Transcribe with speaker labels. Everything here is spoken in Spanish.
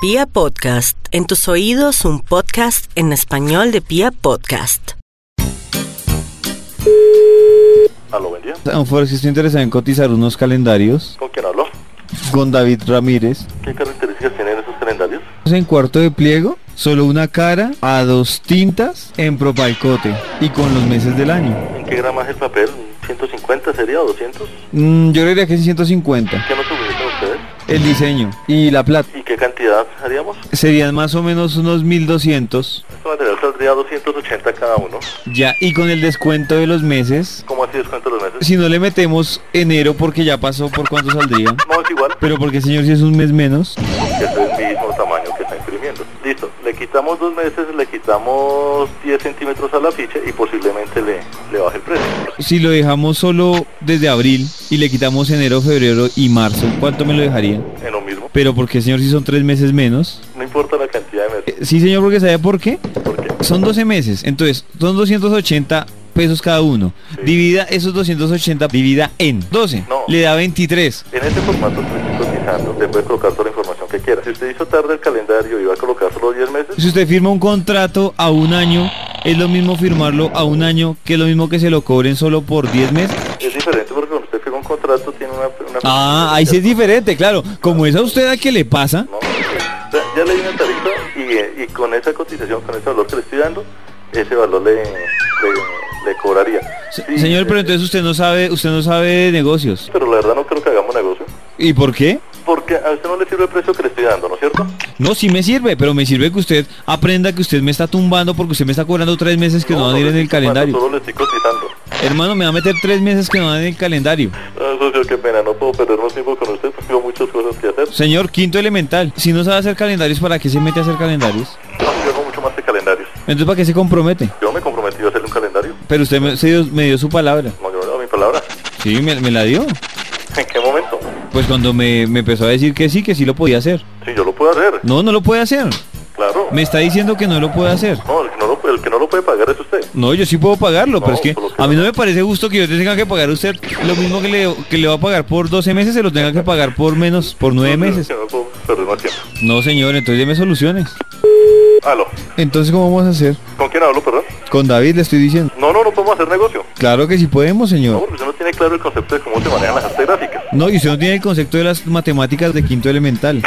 Speaker 1: Pia Podcast, en tus oídos un podcast en español de Pia Podcast.
Speaker 2: Aló, buen día.
Speaker 3: A un forexista estoy interesado en cotizar unos calendarios
Speaker 2: ¿Con quién hablo?
Speaker 3: con David Ramírez.
Speaker 2: ¿Qué características tienen esos calendarios?
Speaker 3: En cuarto de pliego, solo una cara a dos tintas en propalcote y con los meses del año.
Speaker 2: ¿En qué gramaje el papel? ¿150 sería o 200?
Speaker 3: Mm, yo diría que es 150.
Speaker 2: ¿Qué nos suministran ustedes?
Speaker 3: El diseño y la plata.
Speaker 2: ¿Y qué cantidad haríamos?
Speaker 3: Serían más o menos unos 1200.
Speaker 2: Este material saldría 280 cada uno.
Speaker 3: Ya, y con el descuento de los meses,
Speaker 2: ¿Cómo así descuento los meses?
Speaker 3: si no le metemos enero porque ya pasó, ¿por cuánto saldría?
Speaker 2: No, es igual,
Speaker 3: Pero porque señor, si es un mes menos,
Speaker 2: que es el mismo tamaño que está imprimiendo. Listo, le quitamos dos meses, le quitamos 10 centímetros a la ficha y posiblemente le, le baje el precio.
Speaker 3: si lo dejamos solo desde abril y le quitamos enero, febrero y marzo, ¿cuánto me lo dejaría?
Speaker 2: En lo mismo.
Speaker 3: Pero porque señor si son tres meses menos.
Speaker 2: No importa la cantidad de meses.
Speaker 3: Eh, Sí señor, porque ¿sabe por qué?
Speaker 2: ¿Por qué?
Speaker 3: Son 12 meses, entonces son 280 pesos cada uno.
Speaker 2: Sí.
Speaker 3: Divida esos 280, divida en 12.
Speaker 2: No.
Speaker 3: Le da 23.
Speaker 2: En este formato que estoy cotizando, te puede colocar toda la información que quiera. Si usted hizo tarde el calendario y va a colocar solo 10 meses,
Speaker 3: Si usted firma un contrato a un año, es lo mismo firmarlo a un año que es lo mismo que se lo cobren solo por 10 meses.
Speaker 2: Es diferente porque cuando usted firma un contrato tiene una... una
Speaker 3: Ah, ahí sí es diferente, claro. Como es a usted a que le pasa,
Speaker 2: No, ya, ya le di una tarifa y, eh, y con esa cotización, con ese valor que le estoy dando, ese valor le, le- le cobraría.
Speaker 3: se-
Speaker 2: Sí,
Speaker 3: señor,
Speaker 2: eh,
Speaker 3: pero entonces usted no sabe, usted no sabe de negocios.
Speaker 2: Pero la verdad no creo que hagamos negocio.
Speaker 3: ¿Y por qué?
Speaker 2: Porque a usted no le sirve el precio que le estoy dando, ¿no es cierto?
Speaker 3: No, sí me sirve, pero me sirve que usted aprenda que usted me está tumbando porque usted me está cobrando tres meses que no, van a ir
Speaker 2: le
Speaker 3: en el
Speaker 2: estoy
Speaker 3: calendario.
Speaker 2: tomando, Solo le estoy cotizando.
Speaker 3: Hermano, me va a meter tres meses que no van en el calendario.
Speaker 2: Ah, socio, qué pena, no puedo perder más tiempo con usted porque tengo muchas cosas que hacer.
Speaker 3: Señor, quinto elemental, si no sabe hacer calendarios, ¿para qué se mete a hacer calendarios?
Speaker 2: No, yo hago mucho más de calendarios.
Speaker 3: Entonces, ¿para qué se compromete?
Speaker 2: Yo me comprometí a hacerle un calendario.
Speaker 3: Pero usted me, se dio, me dio su palabra.
Speaker 2: No, yo le doy mi palabra.
Speaker 3: Sí, me, me la dio.
Speaker 2: ¿En qué momento?
Speaker 3: Pues cuando me, me empezó a decir que sí, que sí lo podía hacer.
Speaker 2: Sí, yo lo puedo hacer,
Speaker 3: No, no lo puede hacer.
Speaker 2: claro.
Speaker 3: Me está diciendo que no lo puede hacer.
Speaker 2: No, el que no, lo, el que no lo puede pagar es usted.
Speaker 3: No, yo sí puedo pagarlo, pero
Speaker 2: No,
Speaker 3: es que
Speaker 2: pero que
Speaker 3: a mí
Speaker 2: no.
Speaker 3: no me parece justo que yo te tenga que pagar a usted lo mismo que le, que le va a pagar por 12 meses, se lo tenga que pagar por menos, por 9
Speaker 2: No,
Speaker 3: meses.
Speaker 2: que No puedo perder más tiempo.
Speaker 3: No, señor, entonces deme soluciones.
Speaker 2: Aló,
Speaker 3: Entonces, ¿cómo vamos a hacer?
Speaker 2: ¿con quién hablo, perdón?
Speaker 3: Con David le estoy diciendo.
Speaker 2: No, no, no podemos hacer negocio.
Speaker 3: Claro que sí podemos,
Speaker 2: No,
Speaker 3: señor.
Speaker 2: porque usted no tiene claro el concepto de cómo se manejan las artes gráficas.
Speaker 3: No, y usted no tiene el concepto de las matemáticas de quinto elemental.